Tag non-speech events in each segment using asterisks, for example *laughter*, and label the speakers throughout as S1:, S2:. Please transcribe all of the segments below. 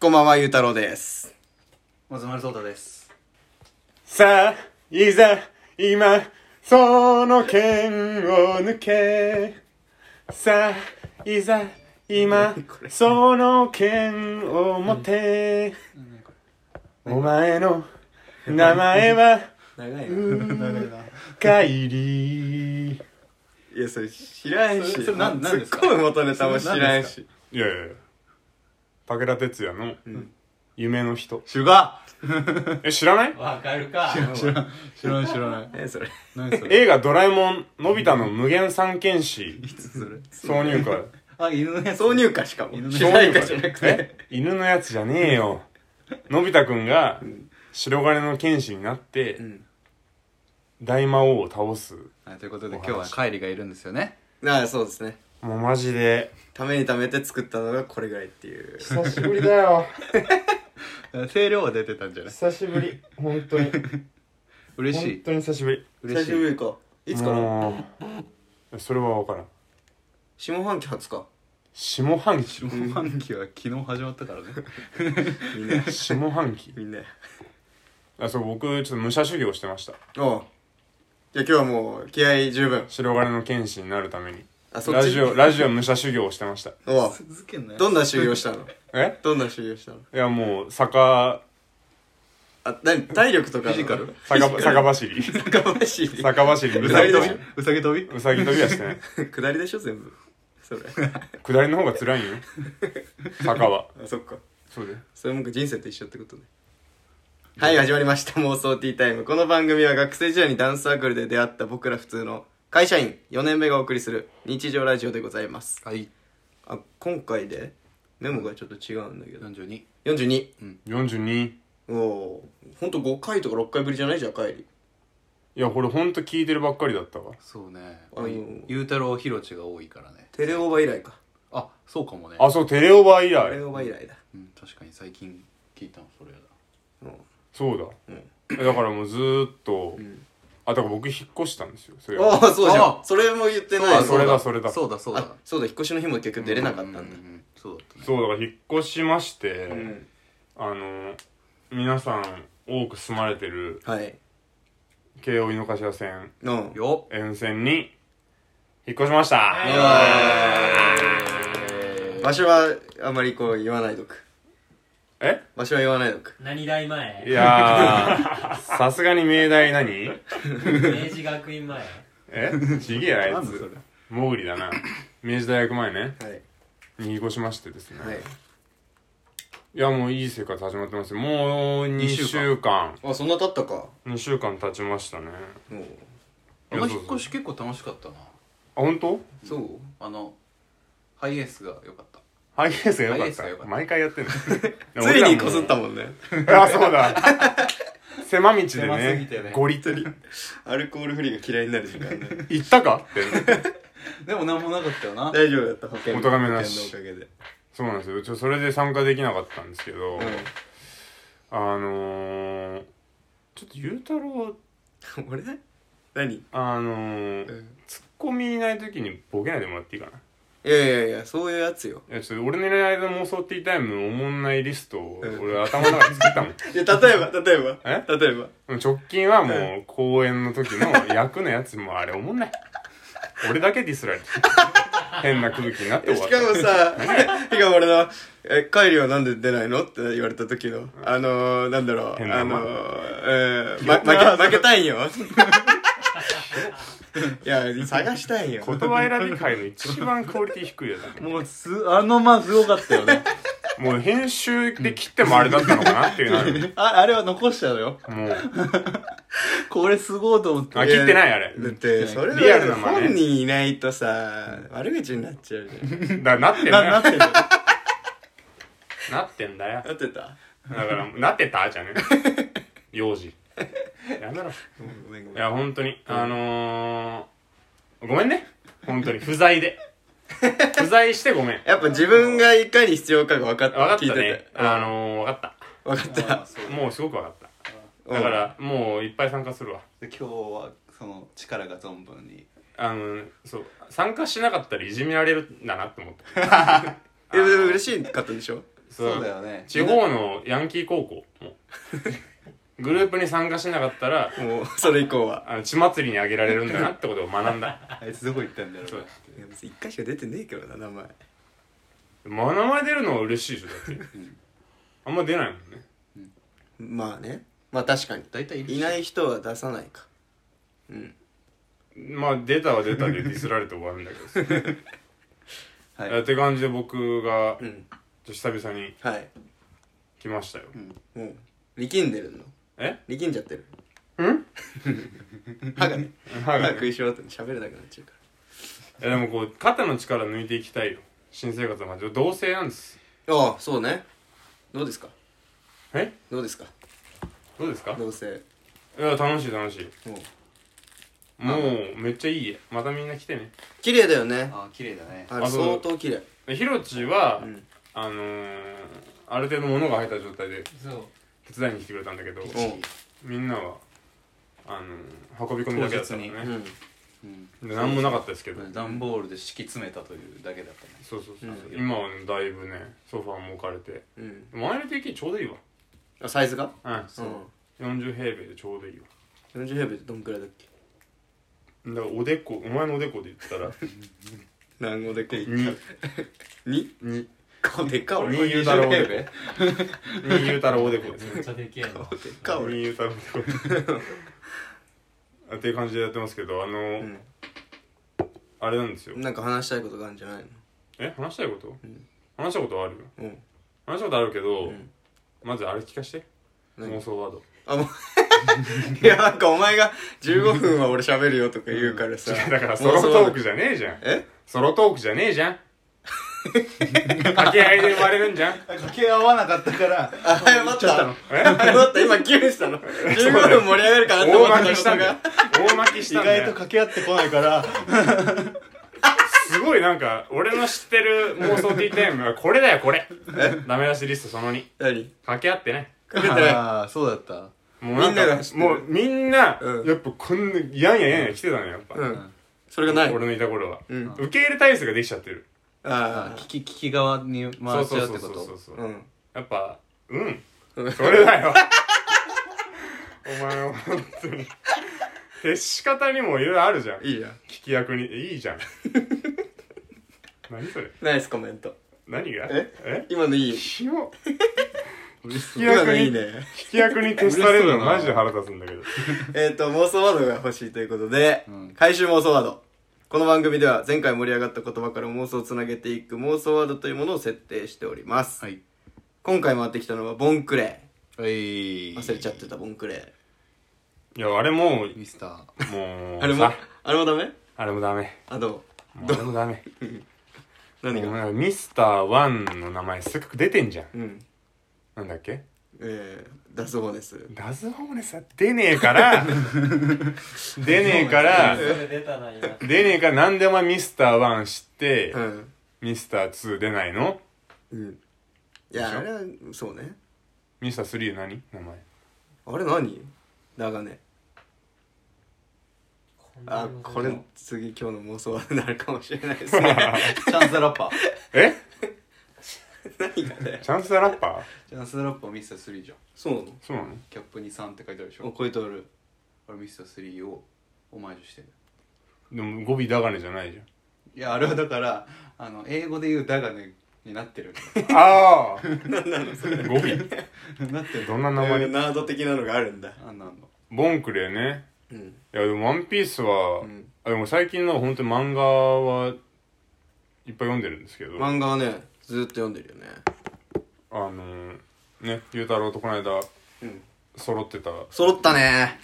S1: こんばんは、ゆうたろうです。
S2: 松丸聡太です
S3: さあ、いざ、今、その剣を抜け。さあ、いざ、今、その剣を持て。お前の名前
S4: *laughs*
S3: は、
S2: 長い
S3: 帰り。
S1: いや、それ知らんし。
S2: それそれなんなんですか
S1: 突っ込む元ネタも知らんし。
S3: いやいやいや武田鉄矢の、夢の人。
S2: シュガ
S3: え、知らない
S4: わかる
S2: *laughs*
S4: か
S2: ー知らん知らん知らない
S1: え、それ。
S2: 何それ
S3: 映画ドラえもん、のび太の無限三剣士、挿入歌。
S2: あ犬のやつ
S1: 挿入歌しかも。
S2: 犬の
S1: 主題歌じゃなくて。
S3: え犬のやつじゃねえよのび太くんが白金の剣士になって、
S1: ん
S3: 大魔王を倒す
S2: はいということで今日はカイリがいるんですよね
S1: ああ、そうですね。
S3: もうマジで
S1: ためにためて作ったのがこれぐらいっていう。
S3: 久しぶりだよ
S2: 声量は出てたんじゃない
S3: 久しぶり本当に
S2: 嬉し
S3: 本
S2: い
S3: 当に久しぶり
S2: 嬉しい
S1: りか。いつから
S3: もうそれは分からん
S1: 下半期初か。
S3: 下半期
S2: 下半期は昨日始まったからね
S1: みんな。
S3: 下半期
S1: みんな。あ
S3: あそう僕ちょっと武者修行してました
S1: あ。じゃあ今日はもう気合十分。
S3: 白金の剣士になるために
S1: あ、そっ
S3: ラ
S1: ち。
S3: ジオラジオ武者修行をしてました
S1: おう
S2: 続けんなよ
S1: どんな修行したの
S3: え
S1: どんな修行したの
S3: いやもう坂
S1: あ、なに体力とか。
S2: フィジカル
S3: 坂坂走り
S1: かましい。
S3: 坂走り
S2: う
S3: 武
S2: さ
S3: 者
S2: ぎ飛び
S3: 修行
S2: うさぎ飛び
S3: うさぎ飛びはしてない
S1: *laughs* 下りでしょ、全部。それ。
S3: 下りの方が辛いんよ坂は
S1: あ、そっか。
S3: そうだよ
S1: それも人生と一緒ってことね。はい、始まりました。妄想ティータイム。この番組は学生時代にダンスサークルで出会った僕ら普通の会社員4年目がお送りする日常ラジオでございます。
S2: はい
S1: あ、今回でメモがちょっと違うんだけど。
S2: 42
S1: 42。
S3: 42
S1: おおー。ほんと5回とか6回ぶりじゃないじゃん、帰り。
S3: いやこれほんと聞いてるばっかりだったわ
S2: そうね
S1: あの
S2: ゆうたろうひろちが多いからね
S1: テレオーバー以来か。
S2: あそうかもね
S3: あそうテレオバ
S1: テ
S3: 以
S1: レ
S3: 来
S1: オーバー以来だ。
S2: うん確かに最近聞いたのそれだ
S3: そうだ、
S1: うん
S3: えだからもうずーっと、
S1: ん
S3: あだから僕引っ越したんですよそれ
S1: あ
S3: は
S1: あ、そうじゃん
S2: あ。
S1: それも言ってない。
S3: あそれだそれだ
S2: そうだそうだ
S1: あ、そうだ、引っ越しの日も結局出れなかったんだ。
S2: うううそうだったね
S3: そうだから引っ越しまして、
S1: うん
S3: あの皆さん多く住まれてる
S1: はい。
S3: 京王井の頭線
S1: うん。
S2: よっ
S3: 沿線に引っ越しました、
S1: 場所はあまりこう言わないとく。
S3: え
S1: 場所は言わないとく。
S4: 何代前
S3: いやーさすがに明大何
S4: 明治学院前
S2: *laughs*
S3: えちげえあい
S2: なんだそれ
S3: つモグリだな明治大学前ね
S1: はい。
S3: に引っ越しましてですね、
S1: はいい。、
S3: やもういい生活始まってますよもう2
S2: 週間
S3: 週間
S1: あ、そんな経ったか。
S3: 2週間経ちましたね
S1: もう。
S2: あの引っ越
S3: し
S2: し結構楽しかったな
S3: あ本当
S1: そう
S2: あのハイエースが良かった
S3: ハイエース
S2: ハ
S3: が良
S2: イ
S3: か
S2: エー
S3: っ
S2: ス
S3: た
S2: が良かった
S3: 毎回やってん
S2: *laughs*
S3: の
S1: ついにこすったもんね。
S3: た *laughs* あそうだ
S2: *laughs*
S3: 狭道で
S2: 狭すぎ
S3: ね
S2: てね
S3: ゴリり
S1: アルコールフリーが嫌いになる時間 *laughs* ね。
S3: 行ったかって
S2: でも何もなかったよな
S1: 大丈夫だった、保険
S3: お咎めなし
S1: 保険のおかげで。
S3: そうなんですよちょそれで参加できなかったんですけど、あのー、ちょっとゆうたろう
S1: うん。俺何
S3: あのー
S1: うん
S3: ツッコミいない時にボケないでもらっていいかない
S1: やいやいや、そういうやつよ。
S3: いやちょっと俺の間の妄想ティータイムおもんないリストを
S1: うん
S3: 俺頭の中で作 *laughs* ったもん
S1: いや、例えば、例えば。
S3: え
S1: 例えば。
S3: 直近はもう公演の時の役のやつもあれおもんない俺だけディスられて *laughs* る変な空気になって終
S1: し
S3: わった
S1: かも *laughs* さ、しかも俺の、え、帰りはなんで出ないのって言われた時の、あのー、なんだろう、
S3: 変な
S1: あ
S3: ま
S1: の
S3: ま
S1: ー、えー、ま、負け、負けたいん *laughs* よ。いや、探したいんよ。
S3: 言葉選び界の一番クオリティ低いやつね
S2: もうすあのまあすごかったよね
S3: もう編集で切ってもあれだったのかなっていうのある
S2: ああれは残したのよ
S3: もう
S2: これすごいと思って
S3: あ切ってないあれ
S1: だって、それ
S3: リアル
S1: は
S3: な真似
S1: 本人いないとさ、悪口になっちゃうじゃん。
S3: だなってんだ
S2: な
S3: よ
S2: なってるよ
S3: なってんだよ
S1: なってた
S3: だからなってたじゃねえ幼児やめろ
S1: ごめんごめ
S3: い
S1: ん。
S3: や本当にあのー、ごめんね本当に不在で不在してごめん分
S1: やっぱ自分がいかに必要かが分かった。
S3: かっ
S1: 聞い
S3: た
S1: て
S3: ね
S1: て
S3: あのー、分かった
S1: 分かっ
S2: あ
S1: た。
S2: そう
S3: もうすごく分かった
S1: うん
S3: だか、らもういっぱい参加するわ
S2: *laughs* で今日はその力が存分に
S3: あのそう参加しなかったらいじめられるんだなって思った
S1: え、でも嬉しかったでしょ
S2: そうだよね
S3: 地方のヤンキー高校もうグループに参加しなかったら
S1: もうそれ以降は
S3: あの血祭りにあげられるんだなってことを学んだ
S2: *laughs* あいつどこ行ったんだろう
S3: そう
S1: いや別に1回しか出てねえけどな名前
S3: まあ名前出るのは嬉しいでしょだってあんま出ないもんね
S1: まあねまあ確かに
S2: 大体
S1: いない人は出さないかうん
S3: まあ出たは出たでディスられて終わるんだけど
S2: はい
S3: えって感じで僕が
S1: うん
S3: 久々に
S1: はい
S3: 来ましたよ
S1: もう力んでるの
S3: え
S1: 力んじゃってる
S3: ん
S1: 歯がね
S3: 歯
S1: 歯
S3: が
S1: が
S3: ね
S1: 食いしばって喋れなくなっちゃうか
S3: いやでもこう肩の力抜いていきたいよ新生活はまあ同性なんです
S1: らああそうねどうですか
S3: え
S1: どうですか
S3: どうですか
S1: 同性
S3: いや楽しい楽しい
S1: もう
S3: もうめっちゃいい家またみんな来てね
S1: 綺麗だよね
S2: あ綺麗だね
S1: あれ
S3: あそう
S1: 相当綺麗
S3: でひろちは、
S1: うん
S3: あのー、ある程度物が入った状態で
S4: そう
S3: 手伝いに来てくれたんだけど
S1: おう
S3: みんなはあのー、運び込みだけだったのね
S2: 当
S1: うん
S2: うん
S3: で何もなかったですけど、
S2: 段ボールで敷き詰めたというだけだったね
S3: そうそうそう、
S1: うん
S3: 今はねだいぶねソファーも置かれて
S1: うん
S3: 前の DK ちょうどいいわ
S1: あサイズが
S3: うん
S1: そう
S3: 40平米でちょうどいいわ
S1: 40平米ってどんくらいだっけ
S3: だからおでこお前のおでこで言ったら *laughs*
S1: 何個でかい
S3: 2
S1: 2?
S3: 2
S1: 顔でか俺
S3: 二遊太郎
S1: で
S3: で二言うたらおでこです
S4: めっちゃでけえな
S1: か
S3: 二
S1: 俺
S3: 言うたらおでこっていう感じでやってますけどあのー、
S1: うん
S3: あれなんですよ
S1: なんか話したいことがあるんじゃないの
S3: え話したいこと、
S1: ん
S3: 話したことあるよ
S1: うん
S3: 話したことあるけど、
S1: ん
S3: まずあれ聞かして
S1: 何
S3: 妄想ワード
S1: あもう *laughs* いやなんかお前が15分は俺喋るよとか言うから
S3: *laughs*
S1: さ、
S3: 違うだからソロトークじゃねえじゃん
S1: え
S3: ソロトークじゃねえじ
S1: *laughs*
S3: ゃん掛け合いで生まれるんじゃん
S2: 掛け合わなかった *laughs* から
S1: あ謝った
S2: たの
S3: え
S1: 謝った今キュン
S3: *laughs*
S1: したの15分盛り上がるかなって思って
S3: 大泣
S1: た
S3: きした
S1: こと
S3: んだよ
S1: が
S3: 大泣きし
S2: 意
S3: た
S2: 外
S3: んだ
S2: と
S3: よ
S2: 掛け合ってこないから
S3: すごいなんか俺の知ってる妄想ティータイムはこれだよこれダメ出しリストその2
S1: 何
S3: 掛け合ってね
S1: かけてない
S2: ああそうだった
S3: もうな
S1: みん
S3: んか
S1: なが知ってる
S3: もうみんな、
S1: うん
S3: やっぱこんなやんやんやんやん来てたのよやっぱ、
S1: うんそれがない
S3: 俺のいた頃は、
S1: うん
S3: 受け入れ体制ができちゃってる
S1: あ
S2: 聞き聞き側に
S3: そ
S2: 回
S3: う
S2: っち
S3: そう
S2: ゃうっ
S3: そう
S2: て
S3: そ
S2: こ
S3: うそ
S2: と
S3: うそう
S1: あうん
S3: やっぱうん
S1: うん
S3: それだよお前は本当に接し方にもいろいろあるじゃん
S1: いいや
S3: 聞き役にいいじゃん何それ
S1: ナイスコメント
S3: 何が
S1: え
S3: え
S1: 今のいい
S3: キモ
S2: 嬉
S3: 聞き
S1: 今
S3: 役
S1: のいい
S3: に、
S1: ね
S3: 聞き役に徹さ
S2: 嬉
S3: れる
S2: しそうだ
S3: の
S2: な
S3: マジで腹立つんだけど
S1: えっと妄想ワードが欲しいということで、
S2: うん
S1: 回収妄想ワードこの番組では前回盛り上がった言葉から妄想をつなげていく妄想ワードというものを設定しております、
S2: はい
S1: 今回回ってきたのはボンクレ
S2: はい
S1: ー忘れちゃってたボンクレー
S3: いやあれも
S2: ミスター
S3: うもう
S1: あれも
S3: さ
S1: あれもダメ
S3: あれもダメ
S1: あど
S3: もうあれもダメ
S1: う何
S3: もう
S1: が
S3: なんかミスターワンの名前せっかく出てんじゃん
S1: うん
S3: なんだっけ
S1: えー、だそうです
S3: ダズホーネスは出ねえから
S1: *laughs*
S3: 出ねえから
S4: それ出たな今
S3: 出ねえからなんでお前ミスター1知って、
S1: うん
S3: ミスター2出ないの
S1: うんい
S3: でしょ
S1: やあれはそうね
S3: ミスター3何
S1: *laughs*
S3: 名前
S1: あれ何長ね
S4: こんな
S1: あ
S4: の
S1: これ次今日の妄想ワードになるかもしれないですね *laughs*
S2: チャンスラッパー
S3: え
S1: 何がね
S3: チャンスザラッパー
S2: チャンスラッパーミスター3じゃん
S1: そうな
S3: そうなの
S2: キャップに3って書いてあるでし
S1: のあ
S2: ょ
S1: 超えて *laughs* おる
S2: 俺ミスター3をオマージュしてる
S3: でも語尾ダガネじゃないじ
S2: いやあれはだからあの英語で言う「だ」がねになってる
S3: ゃんああ
S1: 何なのそれ
S3: 語尾
S2: なってる
S3: どん *laughs* な名
S1: えー
S3: 前
S1: ナード的なのがあるんだ
S2: あん *laughs* なんの
S3: ボンクレーね
S1: うん
S3: いやでも「ワンピースは、
S1: うん
S3: あでも最近の本当に漫画はいっぱい読んでるんですけどあ
S1: 漫画はねずっと読んでるよね
S3: のー、ね龍太郎とこの間
S1: うん
S3: 揃ってた
S1: 揃ったね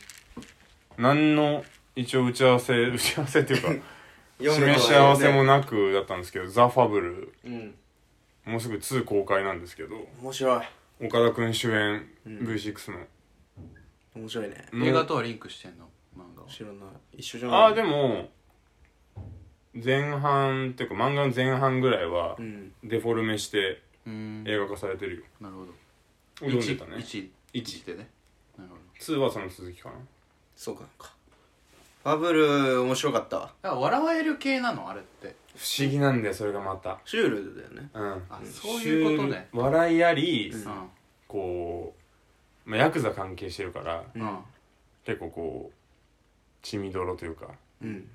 S3: 何の一応打ち合わせ *laughs* 打ち合わせっていうか
S1: 読む
S3: 示し合わせもなくだったんですけど「ザ・ファブル
S1: うん
S3: もうすぐ2公開なんですけど
S1: 面白い
S3: 岡田君主演
S1: うん
S3: V6 の、
S1: 面白いね
S3: の
S2: 映画とはリンクしてんの漫画は
S1: 知らない一緒じゃない
S3: ああでも前半っていうか漫画の前半ぐらいは
S1: うん
S3: デフォルメして
S2: うーん
S3: 映画化されてるよ、
S2: なるほど
S3: 読んでたね
S2: 1
S3: 1
S2: 1でねなるほ
S3: 2はその続きかな
S1: そうかなんかバブル面白かった
S2: だから笑われる系なのあれって
S3: 不思議なんだよそれがまた
S1: シュールだよね
S3: うん
S2: あそういうことね
S3: シュール笑いあり、
S2: うん
S3: こう、まあ、ヤクザ関係してるから
S2: うん、
S3: 結構こう血みどろというか
S1: うん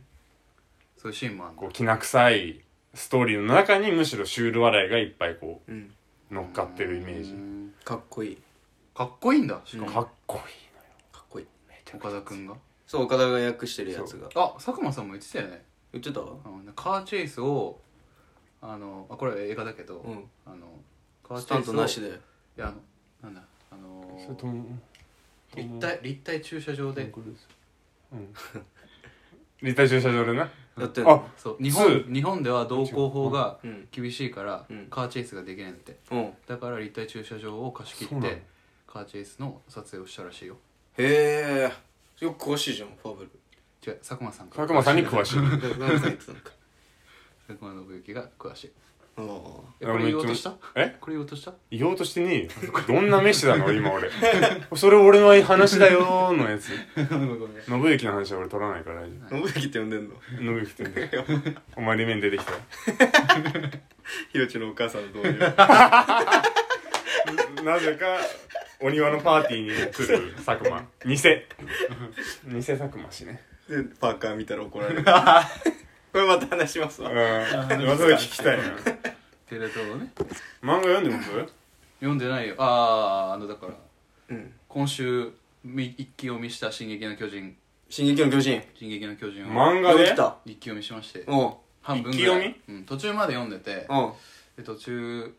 S2: そういうシーンもある
S3: こうきな臭いストーリーの中にむしろシュール笑いがいっぱいこ
S1: うん
S3: う乗っかってるイメージ
S1: かっこいい
S2: かっこいいんだしかも、
S3: かっこいい
S1: かっこいい
S2: 岡田君が
S1: そう岡田が訳してるやつが
S2: あ佐久間さんも言ってたよね
S1: 言ってた
S2: うんカーチェイスをあのあこれは映画だけど、
S1: うん
S2: あのカー
S1: ス
S2: チ
S1: タ
S2: ェ
S1: ン
S2: イス
S1: ト
S2: を
S1: なしで
S2: いやあのなんだあ
S3: なそれ
S2: の
S3: とも
S2: 立体立体駐車場で
S3: うん立体駐車場でな
S1: やってん
S3: あ
S1: の
S2: そう日本
S3: ツ
S2: 日本では道交法が
S1: うん
S2: 厳しいから、
S1: うん
S2: カーチェイスができないんだって
S1: うんへ
S2: だから立体駐車場を貸し切
S3: そう
S2: っ
S3: なの
S2: てカーチェイスの撮影をしたらしいよ
S1: えよく詳しいじゃんファブル
S2: 違う佐久間さん
S3: 佐久間さんに詳
S2: い
S3: しい
S1: 何歳言ってたのか
S2: 佐久間信之が詳しい
S1: あ
S2: *laughs* えこれ言おうとした
S3: え
S2: これ言おうとした
S3: 言おうとしてねえ
S2: *laughs*
S3: よどんな飯だの今俺 *laughs* それ俺の話だよーのや
S2: *laughs*
S3: つ信之の話は俺取らないから大丈
S1: あ信之って呼んでんの *laughs*
S2: *laughs*
S3: 夫信之って言うんだよお前リメン出てきた
S1: ひろちのお母さんの同 *laughs* 僚
S3: なぜかお庭のパーティーに来る佐久間
S2: *laughs*
S3: 偽偽佐久間氏ね
S1: でパーカー見たら怒られ *laughs* るこれまた話します
S3: う
S1: わ
S3: んまそれ聞きたいな
S2: テレ東のね
S3: 漫画読んで
S2: *laughs*
S3: ます
S2: 読んでないよあああのだから
S1: うん
S2: 今週み一気読みした「進撃の巨人
S1: 「進撃の巨人」」
S2: 「進撃の巨人」を
S3: 漫画で
S1: 来た
S2: 一気読みしまして
S1: うん
S2: 半分ぐら
S3: 一
S2: い、うん、途中まで読んでて
S1: うん
S2: で途中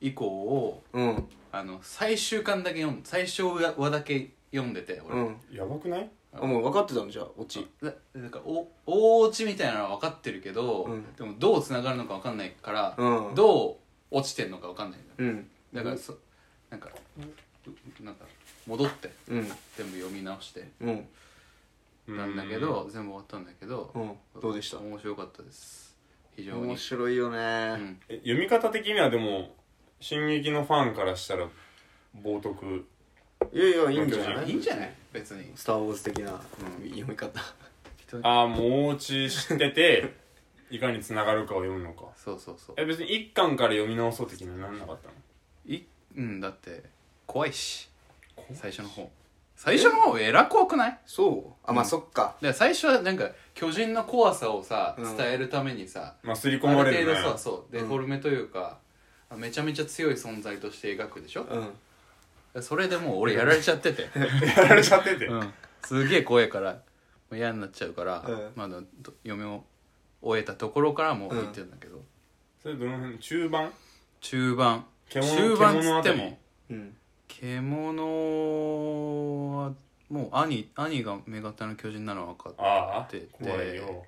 S2: 以降を
S1: うん
S2: あの最終巻だけ読ん最初話だけ読んでて
S1: う
S2: 俺、
S1: ん
S3: やばくない
S1: あもう分かってたのじゃあオチ
S2: だなんかお大落ちみたいなのは分かってるけど、
S1: うん
S2: でもどうつながるのか分かんないから、
S1: うん
S2: どう落ちてんのか分かんないんだよ
S1: うん
S2: だからそなんかなんか戻って
S1: うん
S2: 全部読み直して
S1: うん
S2: なんだけど全部終わったんだけど、
S1: うんどうでした
S2: 面白かったです非常に
S1: 面白いよ
S2: う
S1: ね
S2: ん
S3: え読み方的にはでも「進撃」のファンからしたら冒涜
S1: いやいやいいんじゃない
S2: いいんじゃない別に
S1: スター・ウォーズ的な
S2: うん
S1: 読み方
S3: ああもう落ちしてていかにつながるかを読むのか
S2: そうそうそう
S3: え別に一巻から読み直そう的にはなんなかったの
S2: いうんだって怖いし最初の方最初の方えら怖くない
S1: そうあまあそっか
S2: で最初はなんか巨人の怖さをさ
S1: うん
S2: 伝えるためにさ、
S3: まあ刷り込
S2: あ
S3: ま
S2: る
S3: れ
S2: 程
S3: るね
S2: 度さそうデ
S1: うん
S2: フォルメというか、あめちゃめちゃ強い存在として描くでしょ
S1: うん
S2: それでもう俺やられちゃって
S1: *laughs*
S2: て、
S3: *laughs* やられちゃってて
S2: うんすげえ怖いからもう嫌になっちゃうから、
S1: うん
S2: まあでもど読みを終えたところからもう見てるんだけど、
S3: それどの辺中盤
S2: 中盤
S3: 獣
S2: 中盤っつ
S3: 獣あ
S2: ったて
S3: り
S2: も
S1: うん
S2: 獣はもう兄兄が目型の巨人なのは分かっ
S3: ああ
S2: で
S3: 怖いよ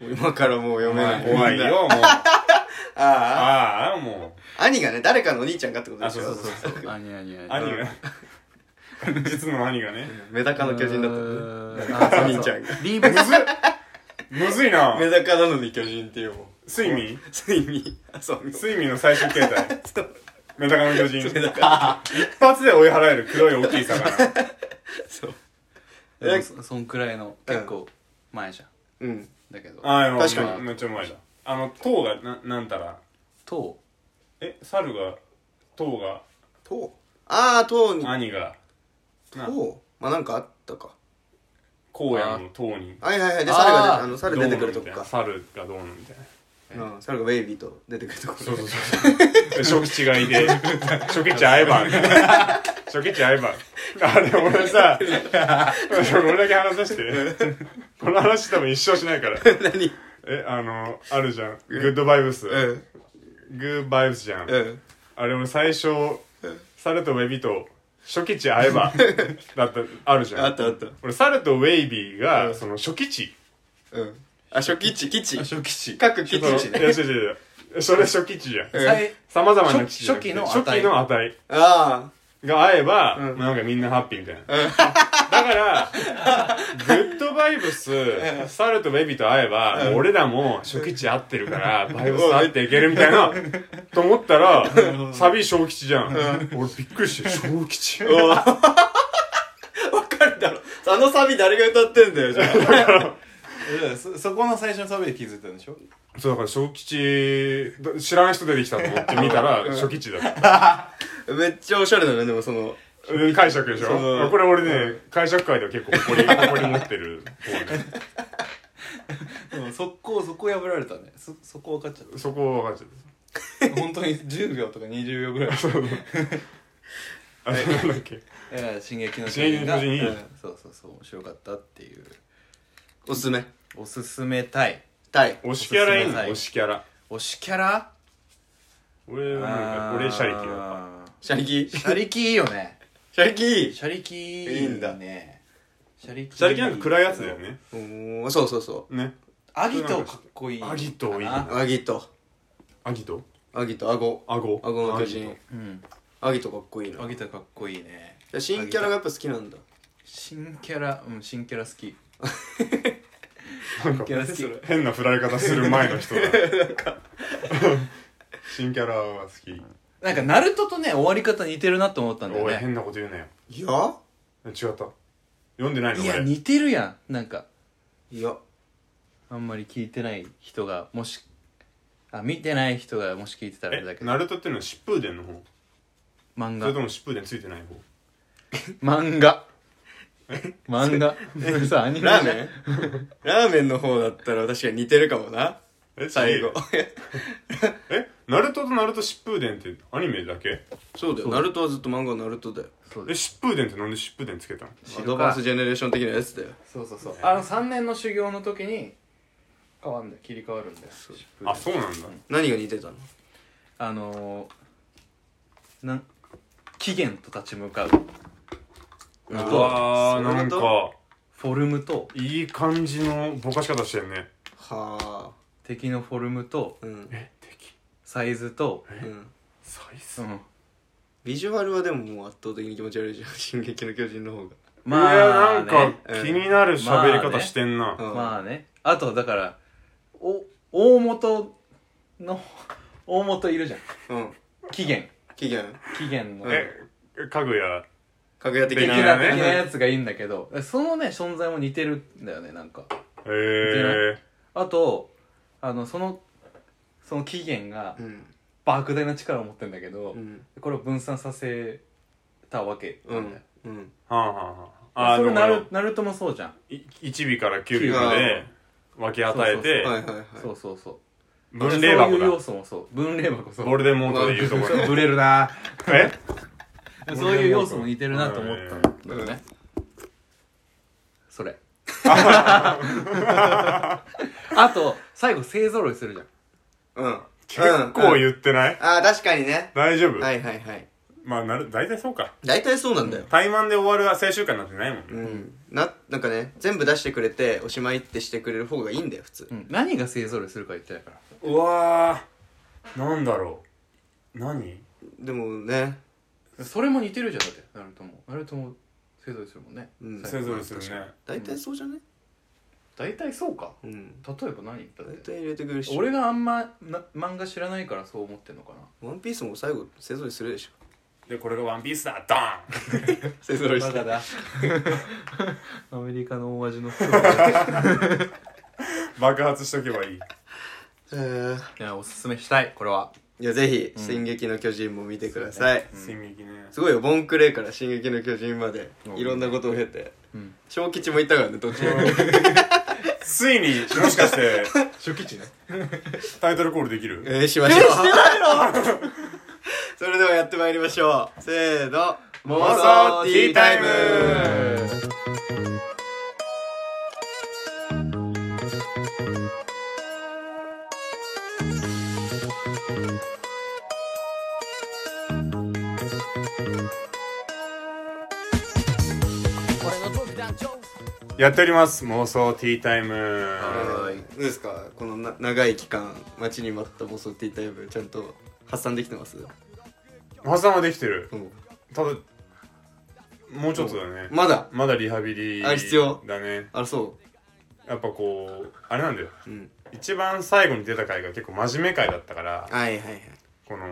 S1: 今からもう読めない
S3: 怖いよもう
S1: あ
S3: ああも
S1: あ兄がね誰かのお兄ちゃんか *laughs* ってことでしょ
S3: あそうそう
S2: て兄兄
S3: う
S2: 兄 *laughs*
S3: 兄が実の兄がね
S1: メダカの巨人だったのね
S2: った
S1: 兄ちゃんが
S2: リーブス
S3: むずいな
S1: メダカなのに巨人っていうも
S3: 睡眠
S1: う睡眠あそう
S3: 睡眠の最終形態
S1: そう
S3: メダカの巨人
S1: メ
S3: 一
S1: ダカ
S3: 発で追い払える黒い大きい魚
S1: そう
S2: でもそそんくらいの結構前じゃん
S1: うん
S2: だけど
S3: ああ
S1: 確か
S2: に
S3: めっちゃうまいだあの塔がななんたら
S2: と
S3: え猿が塔が
S1: とああとに
S3: 兄がな
S1: とまあなんかあったか
S3: 荒野の塔に
S1: はいはいはいで猿が出
S2: あー
S1: あの猿出てくるとこ
S3: どう
S1: か
S3: のみたいな猿がどうのみたいな
S1: うん猿がウェイビーと出てくるとこ
S3: そうそうそう。初期違いで、
S1: *laughs*
S3: 初期値合えば、初期値合えば。あれ、俺さ、これだけ話させて。この話多分一生しないから。
S1: *laughs* 何
S3: え、あの、あるじゃん。グッドバイブス。
S1: うん
S3: グッバイブスじゃん。
S1: うん
S3: あれ、俺最初、猿とウェビと、初期値合えば、だった、あるじゃん。
S1: あったあった
S3: 俺、猿とウェイビーが、その初期値。
S1: うんあ初期値基地
S2: 初期値
S1: 各基地
S3: そのいや、違う違う違う。それ初期値じゃん。
S1: うん
S2: 最
S3: さまざまな基地じゃな
S2: 初
S3: くて
S2: 期の
S3: 初
S2: 値
S3: 期の値。
S1: あ
S3: が合えば、
S1: うん
S3: なんかみんなハッピーみたいな。だから、グッドバイブス、サルとベビーと会えば、もう俺らも初期値合ってるから、バイブス合っていけるみたいな、と思ったら、サビ小吉じゃん。俺びっくりして、小吉。
S1: あわかるだろあのサビ誰が歌ってんだよじゃあ
S2: えそそこの最初のサビで気づいたんでしょ
S3: そうだから小吉だ知らない人出てきたと思って見たら初吉だった
S1: *laughs* めっちゃおしゃれだねでもその
S3: うん解釈でし
S1: そ
S3: ょ
S1: う
S3: これ俺ね解釈会では結構誇り誇り持ってる方ね
S2: うんそこそこ破られたねそそこ分かっちゃっ
S3: そこは分かっちゃった
S2: た本当に10秒とか20秒ぐらい
S3: あれなんだっけ
S2: いや進撃の巨
S3: 進撃
S2: 人が
S3: の巨人いいよ
S2: うんそうそうそう面白かったっていう
S1: おすすめ
S2: おすすめたい
S1: タイ
S3: 推しキャラいい
S2: おすすめ
S3: の
S2: ない
S3: 推しキャラ
S2: 推しキャラ
S3: 俺はなんか俺シャリキだった
S2: っ
S1: シャリキ
S2: シャリキいいよね
S1: シャリキ
S2: シャリキ
S1: いいんだ
S2: ねシャリキ
S3: シャリキなんか暗いやつだよね
S1: おーそうそうそ
S3: ね
S2: アギトかっこいい
S3: アギトいいね
S2: かな
S1: うアギト
S3: アギト
S1: アギトアゴ
S3: アゴ
S1: アゴの巨人
S2: うん
S1: アギトかっこいいな
S2: アギトかっこいいね
S1: 新キャラがやっぱ好きなんだ
S2: 新キャラうん新キャラ好き
S3: なんか
S2: キャラ好き
S3: 変な振られ方する前の人だ新キャラは好き
S2: なんかナルトとね終わり方似てるなと思ったんだよ
S3: おい
S2: ね
S3: 変なこと言うなよ
S1: いや
S3: 違った読んでないの
S2: いや
S3: 俺
S2: 似てるやんなんか
S1: いや
S2: あんまり聞いてない人がもしあ見てない人がもし聞いてたらあれだ
S3: え
S2: けど
S3: ナルトっていうのは疾風伝の方
S2: 漫
S3: それと
S2: 画
S3: も疾風伝ついてない方
S2: 漫画漫画 *laughs* それさアニメ
S1: ラーメ
S2: じゃん
S1: ン *laughs* ラーメンの方だったら確かに似てるかもな
S3: え
S1: 最後
S3: えナルトとナルト疾風伝ってアニメだけ
S1: *laughs* そうだよナルトはずっと漫画ナルトだよ
S2: そう
S3: え
S2: です
S3: 疾風伝ってなんで疾風伝つけたの
S1: アドバンスジェネレーション的なやつだよ
S2: そうそうそうあの3年の修行の時に変わんだよ切り替わるんだよ
S3: あそうなんだ
S1: 何が似てたの
S2: あのー、なん起源と立ち向かう
S1: あ
S3: うわー
S1: そうい
S3: な
S1: うんこ
S3: か
S2: フォルムと
S3: いい感じのぼかし方してんね
S1: はあ
S2: 敵のフォルムと
S1: うん
S3: え敵
S2: サイズと、
S1: うん
S3: サイズ
S2: うん、
S1: ビジュアルはでももう圧倒的に気持ち悪いじゃん「 *laughs* 進撃の巨人」の方が
S2: まあ、
S3: い
S2: ね、
S3: やなんか気になる喋り方してんな、
S1: うん
S2: まあねあとだからお大元の *laughs* 大元いるじゃん
S1: うん
S2: 起源
S1: 期限
S2: 起源の
S1: うん
S2: 劇
S3: えかぐや
S1: かぐや的
S3: い
S1: な
S3: や
S2: 団
S3: ね
S2: 的なやつがいいんだけどそのね存在も似てるんだよねなんか
S3: え
S2: あとあのそのその起源が
S1: うん
S2: 莫大な力を持ってんだけど、
S1: うん
S2: これを分散させたわけ
S1: う
S2: なんだよ
S1: んうん
S3: ー、はあはあはああ
S2: それ
S3: の
S2: ナルナルトもそうじゃん
S3: い1尾から9尾まで分け与えて
S1: はいはいはい
S2: そうそうそう
S3: 分霊箱
S2: そういう要
S3: だ
S2: 素もそう分霊箱そう
S3: ボルデモートで言うところ
S2: ブレるな
S3: え
S2: そういう要素も似てるなと思ったんだよね。そ
S3: *laughs*
S2: れ。あと、最後勢揃いするじゃん。
S1: うん
S3: 結構
S1: うん
S3: 言ってない、
S1: ああ確かにね
S3: 大丈夫、
S1: はいはいはい
S3: まあなる大体そうか
S1: 大体そうなんだよ
S3: 怠慢で終わるは最終回なんてないもんね、
S1: うんななんかね全部出してくれておしまいってしてくれる方がいいんだよ普通
S2: うん何が勢揃いするか言ってないから。
S3: うわーなんだろう何
S1: でもね
S2: それも似てるじゃん、だって。ナルトも。ナルトも勢揃いするもんね。
S1: うん
S3: それぞれですよね
S1: 大体そうじゃね
S2: 大体そうか。
S1: うん
S2: 例えば
S1: 大
S2: 何だって。
S1: 体入れてくれるし
S2: 俺があんまな漫画知らないからそう思ってんのかな。
S1: ワンピースも最後勢ぞろいするでしょ
S3: でこれが「ワンピースだドーン
S1: 勢ぞろいし
S2: バ
S1: て
S2: カだ。アメリカの大味
S1: *laughs*
S2: の。
S3: 爆発しとけばいい
S1: えー
S2: *laughs* いや、おすすめしたい、これは。
S1: いやぜひ「進撃の巨人」も見てください、
S3: 進撃ね
S1: すごいよボンクレーから「進撃の巨人」までいろんなことを経て
S2: うん
S1: 小吉も行ったからね途中
S3: ついにもしかして
S2: 初期値ね。
S3: タイトルコールできる
S1: えー、しましょうえしてないのそれではやってまいりましょうせーの妄想ティータイム
S3: やっております妄想ティータイム
S2: はい。
S1: どうですかこのな長い期間待ちに待った妄想ティータイムちゃんと発散できてます
S3: 発散はできてる
S1: うん
S3: ただもうちょっとだね
S1: まだ
S3: まだリハビリ
S1: あ必要
S3: だね
S1: あそ
S3: やっぱこうあれなんだよ
S1: ううん
S3: 一番最後に出た回が結構真面目回だったか
S1: は
S3: ら
S1: いはいはい
S3: この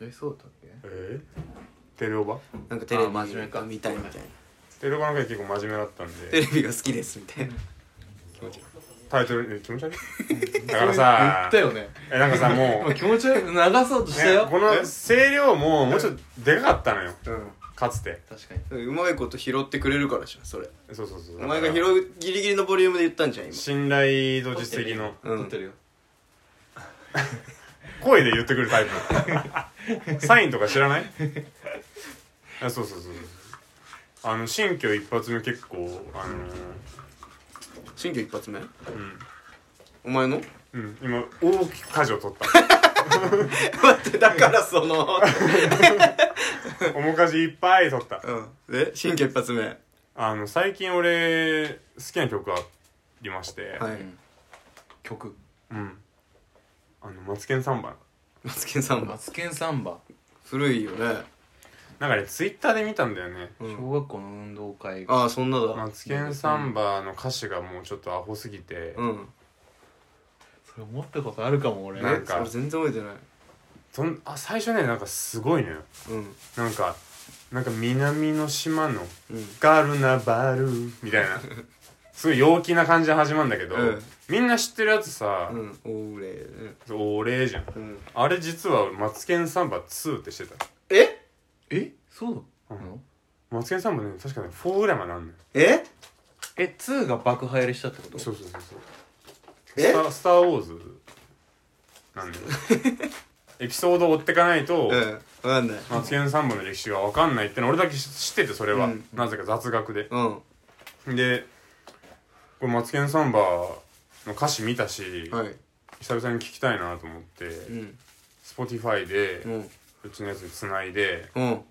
S2: え、そうだったっけ
S3: えー、テレオバ
S1: なんかテレビ
S2: あ真面目か
S1: 見たいみたいな
S3: テエロバの時は結構真面目だったん
S1: *laughs* テレ
S3: で
S1: ビが好きですみたいな
S3: タイトルえ気持ち悪
S5: *laughs*
S3: いだからさ
S5: 言ったよね
S3: えなん
S5: *laughs*
S3: かさもう、
S5: 今気持ち悪い流そうとした
S3: ね
S5: よ、
S3: この声量ももうちょっとでかかったのよ
S1: うん
S3: かつて
S2: 確かに
S1: うまいこと拾ってくれるからじゃんそれ
S3: そうそうそう
S1: お前が拾うギリギリのボリュームで言ったんじゃん今
S3: 信頼と実績の
S1: う
S5: 撮っ
S1: ん
S5: てるよ
S3: 声で言ってくるタイ
S5: *laughs*
S3: プサインとか知らないあそうそうそうそうあの新居一発目結構あの
S1: 新居一発目
S3: ー
S1: お前の
S3: うん、うん、今大きく舵を取った
S1: *laughs* 待ってだからその
S3: 面舵いっぱい取った
S1: うんで新居一発目は
S3: あの最近俺好きな曲がありまして、
S1: い
S2: 曲
S3: うんあの「マツケンサンバ
S1: マツケンさん
S2: 「
S1: は
S2: マツケンサンバ」
S1: 古いよね」
S3: なんかねツイッターで見たんだよね
S1: うん
S2: 小学校の運動会が
S1: ああそんな
S3: 「マ
S1: だ
S3: ツケンサンバ」の歌詞がもうちょっとアホすぎて、
S1: うん
S5: それ思ったことあるかも俺
S3: なんか
S1: 俺全然覚えてない
S3: そんあ最初ねなんかすごいのよ
S1: うん
S3: なんかなんか南の島の
S1: うん
S3: ガルナバルみたい
S1: *laughs*
S3: なすごい陽気な感じで始まるんだけど、
S1: うん
S3: みんな知ってるやつさ
S1: う、んおーれー
S3: そう俺じゃん
S1: うん
S3: あれ実は「マツケンサンバ2」ってしてた
S1: え
S2: えそうなの
S3: マツケンサンバね確かね4ぐらいまであんのよ
S1: え
S2: え2が爆破やりしたってこと
S3: そうそうそうそう
S1: え
S3: スタースター・ウォーズなんでエピソードを追ってかないと、
S1: うん分かんない
S3: マツケンサンバの歴史が分かんないっての俺だけ知っててそれは、
S1: うん
S3: なぜか雑学で
S1: うん
S3: でこれ「マツケンサンバ」の歌詞見たし、
S1: はい
S3: 久々に聞きたいなと思って、
S1: うん
S3: スポ Spotify で、
S1: う
S3: うんちのやつにつないで
S1: うん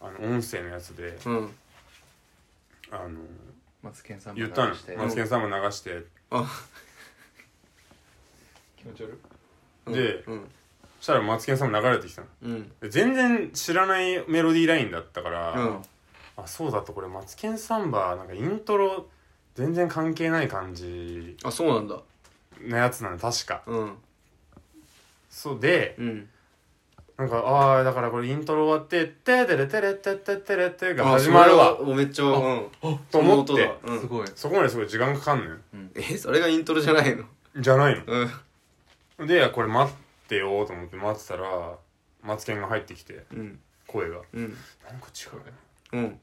S3: あの音声のやつで、
S1: うん
S3: あの
S2: マツケンサンバ
S3: 言ったの
S2: して
S3: 「マツケンサンバ」流して、
S1: あ
S5: 気持ち悪い
S1: うん
S3: で
S1: うん
S3: そしたら「マツケンサンバ」流れてきたの
S1: うん
S3: で全然知らないメロディーラインだったから、
S1: うん
S3: あそうだとこれ「マツケンサンバ」なんかイントロ全然関係ない感じ
S1: あそうなんだ
S3: なやつなの確か
S1: うん
S3: そうで、
S1: うん
S3: なんか、ああ、だからこれイントロ終わって、てでれてれてててれてが始まるわ、
S1: おめっちゃうん
S3: と思って、
S1: うん
S2: すごい
S3: そこまですごい時間かかんのよ。
S1: えそれがイントロじゃないの
S3: じゃない
S1: うん
S3: の。で、これ待ってよと思って待ってたら、マツケンが入ってきて、
S1: うん
S3: 声が。
S1: うん
S3: なんか違うね。
S1: うん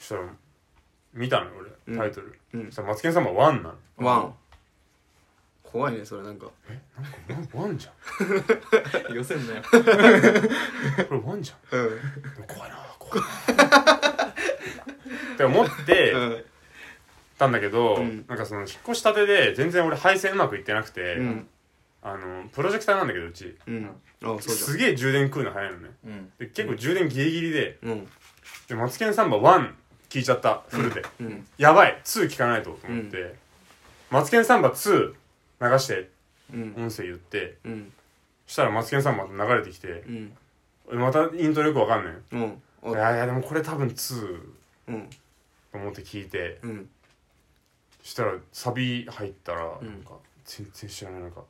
S3: そしたら、見たのよ、
S1: う
S3: 俺、
S1: ん
S3: タイトル。
S1: うん
S3: そしたら、マツケンさんはワンなの。
S1: ワン怖いねそれなんか
S3: なんかワンじゃ
S5: 寄せんなよ
S3: ん。これワンじゃん。
S1: うん
S3: でも怖いな怖い
S1: *laughs*
S3: なって思って
S1: うん
S3: たんだけど、
S1: うん
S3: なんかその引っ越したてで、全然俺配線うまくいってなくて、
S1: うん
S3: あの、プロジェクターなんだけど、うち。
S1: うんあそうじ
S3: すげえ充電食うの早いのね *laughs*
S2: うん
S3: で結構充電ギリギリで
S1: ゃんうん
S3: 「でマツケンサンバ1」聞いちゃったフルで、
S1: うん
S3: やばい2聞かないとと思って「マツケンサンバ2」流して
S1: うん
S3: 音声言って
S1: うん
S3: そしたら「マツケンサンバ」流れてきて
S1: うん
S3: またイントロよくわかんないよ
S1: うん
S3: いやいやでもこれ多分2
S1: うん
S3: と思って聞いて
S1: うん
S3: そしたらサビ入った
S1: ん
S3: らなんか全然知らないなんか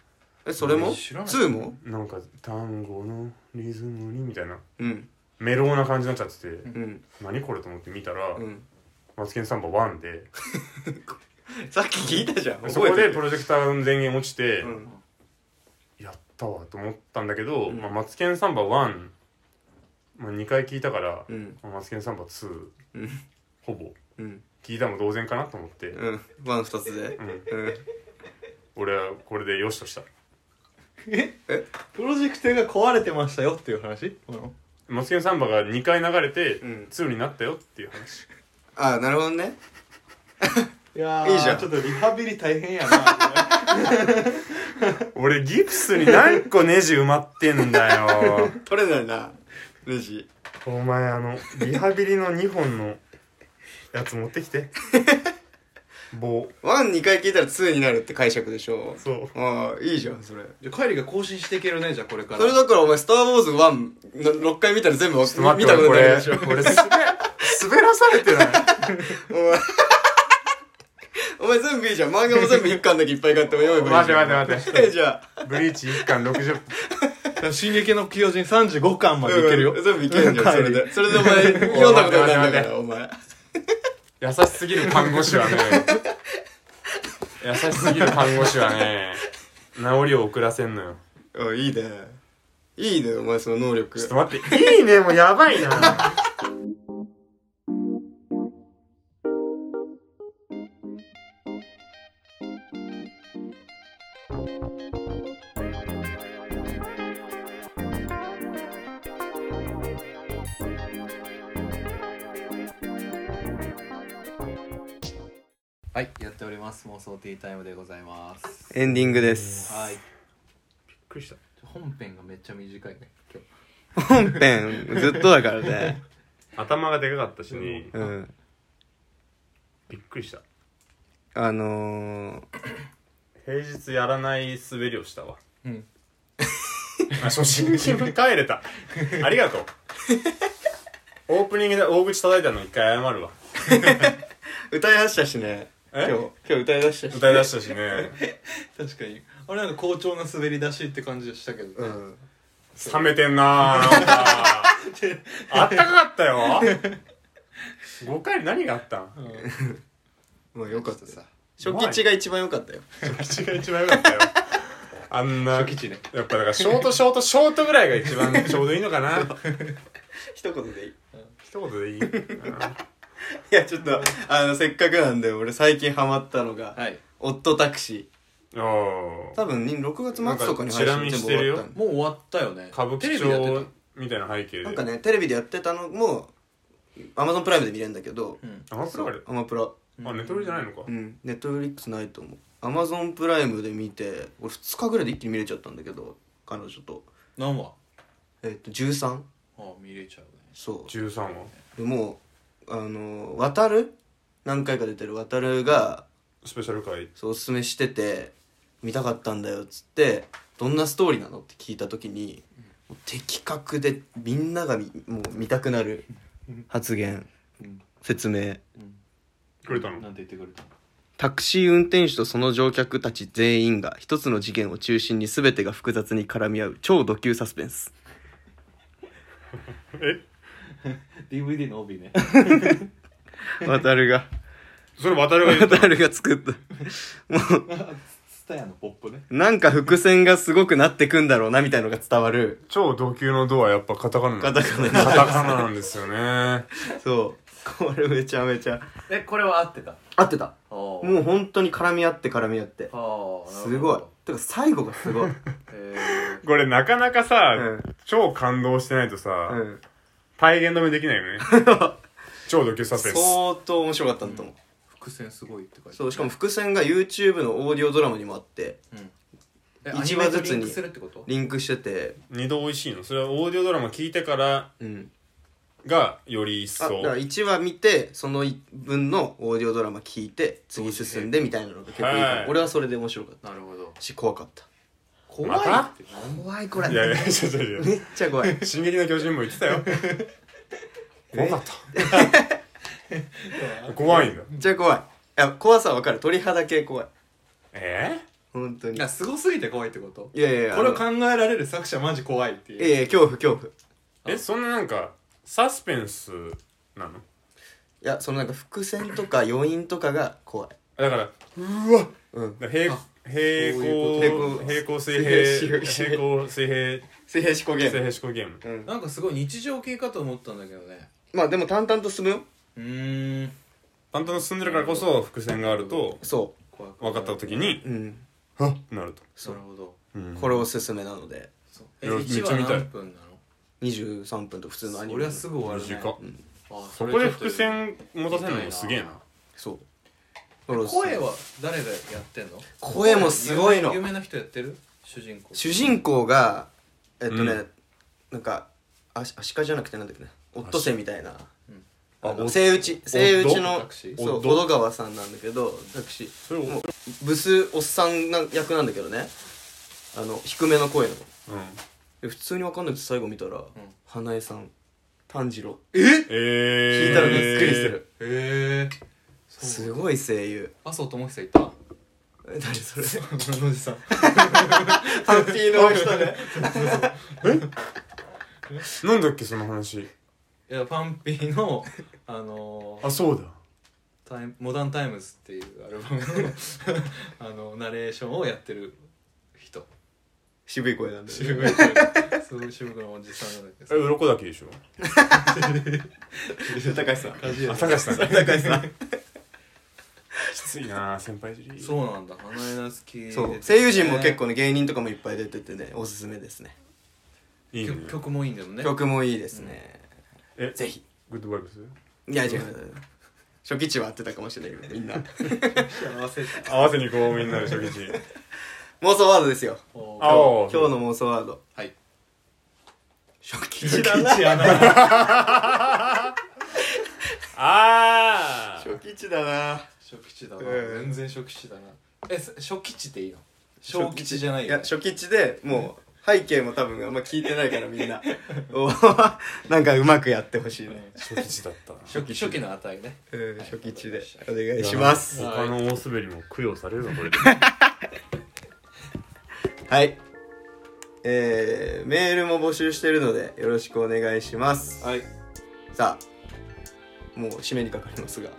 S1: えそれも
S2: 知らない
S1: ツーも
S3: なんか単語のリズムにみたいな
S1: うん
S3: メローな感じになっちゃってて
S1: うん
S3: 何これと思って見たら
S1: うん
S3: 「マツケンサンバ1」で
S1: さっき聞いたじゃん
S3: そこ
S1: 覚えて
S3: で
S1: る
S3: プロジェクターの電源落ちて、
S1: うん
S3: やったわと思ったんだけど、
S1: うん
S3: まあ、マツケンサンバ1、まあ、2回聞いたから、
S1: うん
S3: まあマツケンサンバ2、
S1: うん
S3: ほぼ
S1: うん
S3: 聞いたも同然かなと思って、うん
S1: うんワン二つでうん
S3: 俺はこれでよしとした
S5: プロジェクターが壊れてましたよっていう話
S3: マツケンサンバが2回流れて、
S1: うん
S3: 2になったよっていう話
S1: あなるほどね
S5: いや
S1: ー
S5: いいじゃん
S1: ち
S5: ちょっとリハビリ大変やな
S3: 俺ギプスに何個ネジ埋まってんだよ
S1: 取れないなレジ
S3: *laughs* お前あのリハビリの2本のやつ持ってき *laughs* て棒
S1: ワン二回聞いたらツーになるって解釈でしょ
S3: そう
S1: ああいいじゃんそれ
S5: じゃあ帰りが更新していけるねじゃあこれから
S1: それだからお前「スター・ウォーズ1」の6回見たら全部
S3: ちょっと待
S1: 見
S3: って
S1: たこと
S3: こ
S1: になる
S3: れ
S1: でしょ
S3: これ滑滑らされてない
S1: お前 *laughs* お前全部いいじゃん漫画も全部1巻だけいっぱい買っても読めばいい
S3: 待
S1: *laughs* じ
S3: て
S1: ゃ
S3: 待
S1: ん
S3: て待て
S1: てじゃあ
S3: ブリーチ1巻60
S6: から進撃の巨人35巻までいけるよ。
S1: 全部いけるじゃん、それで。それでお前、読んだことないんだ *laughs* から、お前。
S3: 優しすぎる看護師 *laughs* はね優しすぎる看護師はね治りを遅らせんのよ
S1: あ、いいね。いいね、お前、その能力
S3: ちょっ。と待っていいねもうやばいな
S2: はいやっております妄想ティータイムでございます
S1: エンディングです。
S2: はい
S6: くりした。
S2: 本編がめっちゃ短いね今日
S1: 本編、ずっとだから *laughs* ね。
S3: 頭がでかかったしね
S1: うん。
S3: びっくりした
S1: あのー、
S3: 平日やらない滑りをしたわ
S6: うん
S3: *laughs* あ初心に帰れたありがとうオープニングで大口叩いたの一回謝るわ
S1: 歌い出したしね。今
S3: え
S1: 日、今日歌い出したし。
S3: 歌い出したしね
S6: 確かに。あれなんか好調な滑り出しって感じがしたけどね。
S1: うん。
S3: 冷めてん *laughs* なぁなんかあったかかったよ5回何があったん
S1: まあ、よかった
S2: ちょ
S1: さ
S2: っ。
S1: 初期値が一番良かったよ。
S3: 口が一番良かったよあんな
S6: 基地ね。
S3: やっぱだからショートショートショートぐらいが一番ちょうどいいのかな
S1: 一言 *laughs* でいい。い
S3: 一
S1: *laughs*
S3: 言でいいうん
S1: や、ちょっと、 *laughs* あの、せっかくなんで、俺最近ハマったのが、
S2: はい
S1: オットタクシ
S3: お
S1: ー。
S3: ー
S1: 多分、6月末とかに
S3: なんかチラ
S1: 配
S3: 見
S1: 信
S3: してるよ
S1: 全部終わったんで
S2: もう終わったよね
S3: 歌舞
S2: テレ
S3: 伎
S2: ビでやって
S3: 町みたいな背景で
S1: なんかね、テレビでやってたのも、アマゾンプライムで見れるんだけど、
S3: あそうあれ
S1: アマプラ。
S3: あネトフリじゃないのか
S1: うん、ネットフリックスないと思うアマゾンプライムで見て俺2日ぐらいで一気に見れちゃったんだけど彼女と
S2: た何話
S1: えっ、と13
S2: あ見れちゃうね
S1: そ
S3: 13話
S1: うでもうあの渡る何回か出てる渡るが
S3: スペシャル回
S1: そうおすすめしてて見たかったんだよっつってどんなストーリーなのって聞いた時に、もう的確でみんながみもう見たくなる発言、
S2: うん
S1: 説明
S3: くれたの
S2: なんて言ってくれたの
S1: タクシー運転手とその乗客たち全員が一つの事件を中心に全てが複雑に絡み合う超ド級サスペンス
S2: DVD の帯ね
S1: 渡るが
S3: それ渡るが
S1: *laughs*
S3: 言った
S1: 渡
S3: の
S1: るが作ったもう
S2: スタヤのポップね
S1: なんか伏線がすごくなってくんだろうなみたいのが伝わる
S3: 超同級のドはやっぱカタカナなん
S1: カタカナに
S3: カタカナなんですよね
S1: そうこれめちゃめちゃ
S2: えこれは合ってた
S1: 合ってた
S2: も
S1: もう本当に絡み合って絡み合って
S2: ああ
S1: すごいてか最後がすごい
S2: え
S3: これなかなかさ、
S1: うん
S3: 超感動してないとさ、
S1: うん
S3: 体現止めできないよ
S1: *laughs*
S3: ね超ド級サスペンス
S1: 相当面白かったんだと思う
S2: 伏線すごいって書いて
S1: そうしかも伏線が YouTube のオーディオドラマにもあって一
S2: 一
S1: 話
S2: 話
S1: ず
S2: ず
S1: つに
S2: つにするってこと
S1: リンクしてて
S3: 二度美味しいのそれはオーディオドラマ聞いてから
S1: うん
S3: がより一
S1: あだ
S3: 層
S1: から1話見てその分のオーディオドラマ聞いて次進んでみたいなのが結構いいか
S3: は
S1: も
S3: い
S1: 俺はそれで面白かっ
S2: なるほど
S1: たし怖かった
S2: 怖
S3: また
S2: いってなんだ
S1: 怖いこれ
S3: いやいやちょちょちょ
S1: めっちゃ怖い
S3: 「進撃の巨人」も言って
S1: *laughs*
S3: たよ怖かった *laughs* 怖いんだ
S1: めっちゃ怖いいや怖さは分かる鳥肌系怖い
S3: え
S1: 本当
S6: い
S1: に
S6: や、すごすぎて怖いってこと
S1: いやいやいや
S6: これを
S1: あ
S6: 考えられる作者マジ怖いって
S1: のい
S6: いう。
S1: やいや恐怖恐怖い
S3: えそんななんかサスペンスなの
S1: やそのなんか伏線とか余韻とかが怖い
S3: だから
S1: うん
S3: だから平平
S1: そういうこ
S3: 行
S1: と
S3: 平行水
S1: 水平
S3: 平
S1: 思考
S3: 平行水平
S1: 水平思考ゲ
S3: 水
S1: ーム
S3: 平思考ゲーム
S1: うん
S2: なんかすごい日常系かと思ったんだけどね
S1: まあでも淡々と進むよ
S2: うーん
S3: 担当の進んでるからこそ伏線があると
S1: そ
S2: 怖くない
S3: 分かった時に
S1: ううん
S3: はっなると、
S1: そう
S2: なるほど
S3: うん
S1: これおすすめなので
S2: そうえ
S3: いやめっち
S2: 1
S3: ゃ
S2: 話
S3: 見たい
S2: 何分なの
S1: 23分と普通のアニ
S2: そ
S1: メ
S2: りゃすぐ終わるね
S3: 短っ
S2: あ
S3: そ
S2: れ
S3: こ
S2: ち
S3: で
S2: ょっと
S3: 伏線持たせるのもすげえな
S1: そう
S2: 声は誰がやってんの
S1: 声もすごいの
S2: 有名有名な人やってる主人公
S1: 主人公がえっとね、
S3: うん
S1: なんかアシアシカじゃなくてなんだっけねオットセイみたいな
S2: うん
S1: あの
S3: お
S1: セイウチセイウチ
S3: オ
S1: の
S2: タクシー
S1: そう
S3: オッド
S1: 小戸川さんなんだけど私
S3: それを、うん、
S1: ブスおっさんな役なんだけどねあの低めの声ので普通にわかんないと最後見たら、花江さん炭治郎
S3: えー、
S1: 聞いたらびっくりする、
S2: へえ
S1: すごい声優 *laughs*
S2: 麻生智久いた
S1: え誰それ
S2: 野地さん
S1: ハッピーの人ね
S3: なんだっけその話
S2: いやパンピーのあのー
S3: あそうだ
S2: タイムモダンタイムズっていうアルバム
S1: *laughs*
S2: のあのナレーションをやってる人
S1: *laughs* 渋い声なんだよね
S2: 渋谷のすごい渋谷のおじさんなんだけ
S3: え
S2: ど
S3: 鱗だけでしょ
S1: 高橋さん
S3: あ高橋さんだ
S1: 高橋さん
S3: きついな先輩尻
S2: そうなんだ花枝好きで
S1: そう声優陣も結構ね芸人とかもいっぱい出ててねおすすめですね
S3: いいね
S2: 曲曲もいいんだよね
S1: 曲もいいですね
S3: え
S1: ぜひ
S3: グッドバイブス
S1: いや違う初期値は合ってたかもしれないけどみんな *laughs*
S2: 合わせて
S3: 合わせにこうみんなで初日
S1: 妄想ワードですよ
S2: お
S3: あお
S1: 今日の妄想ワード
S7: はい
S1: 初期値だな
S2: 知らない
S3: あー
S1: 初期値だな
S2: 初期値だな
S1: うん
S2: 全然初期値だなえす初期値っていいの小期値じゃない
S1: い
S2: よ
S1: や
S2: ね
S1: 初期値でもう背景も多分あんま聞いてないからみんな *laughs* おなんかうまくやってほしいね、
S3: 初日だったな
S2: 初期初期の値ね
S1: うん、初期値でお願いします
S3: 他の大滑りも供養されるわこれで
S1: はいえー、メールも募集してるのでよろしくお願いします
S2: はい
S1: さあもう締めにかかりますが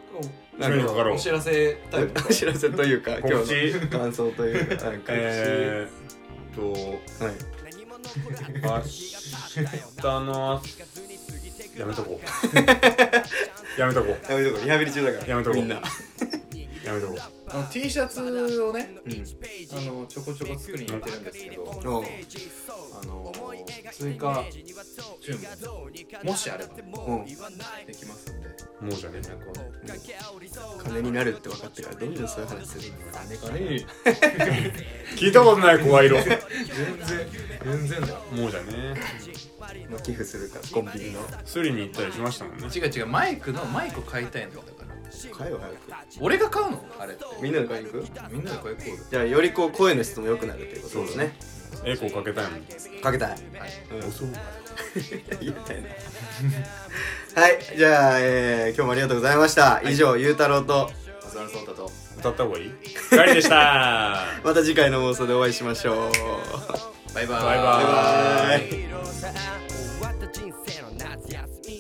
S3: 締めにかかろう
S2: お知らせタイム
S1: お知らせというか今
S3: *laughs* 告知
S1: 日の感想というかなんか、
S3: *laughs* えーっと
S1: はい、
S3: 明日の朝やめとこうやめとこ
S1: やめとこうリハビリ中だから
S3: やめとこう
S1: みんな
S3: うやめとこう
S2: *laughs* あの T シャツをね、
S1: うん
S2: あのちょこちょこ作りに行ってるんですけど、
S1: おう
S2: あの追加注文もしあれば
S1: うん
S2: できますんで、
S3: もうじゃねえ
S2: なんか
S1: 金になるって分かってからどんどんそういう話する
S2: 金金
S3: 聞いたことない声色
S2: 全然全然だよ。
S3: もうじゃね
S1: の寄付するからコンビニの
S3: えスリに行ったりしましたもんね
S2: 違う違うマイクのマイクを買いたいんだよだから。
S1: 買えよ早く
S2: 俺が買うのあれって
S1: みんなで買いに行く
S2: みんなで買いこう
S1: じゃあよりこう声の質も良くなるということですね
S3: エコーかけたいもん
S1: かけたい
S3: おそう
S1: 言いたいなはいじゃあ、えー今日もありがとうございました以上ゆうたろうと
S2: よ。マサルソンタと。
S3: 歌った方がいい二人でした
S1: また次回の妄想でお会いしましょう
S2: バイバーイ。
S3: バイバ
S1: バイ
S3: ーイ
S1: バイ
S8: 終わった人生の夏休み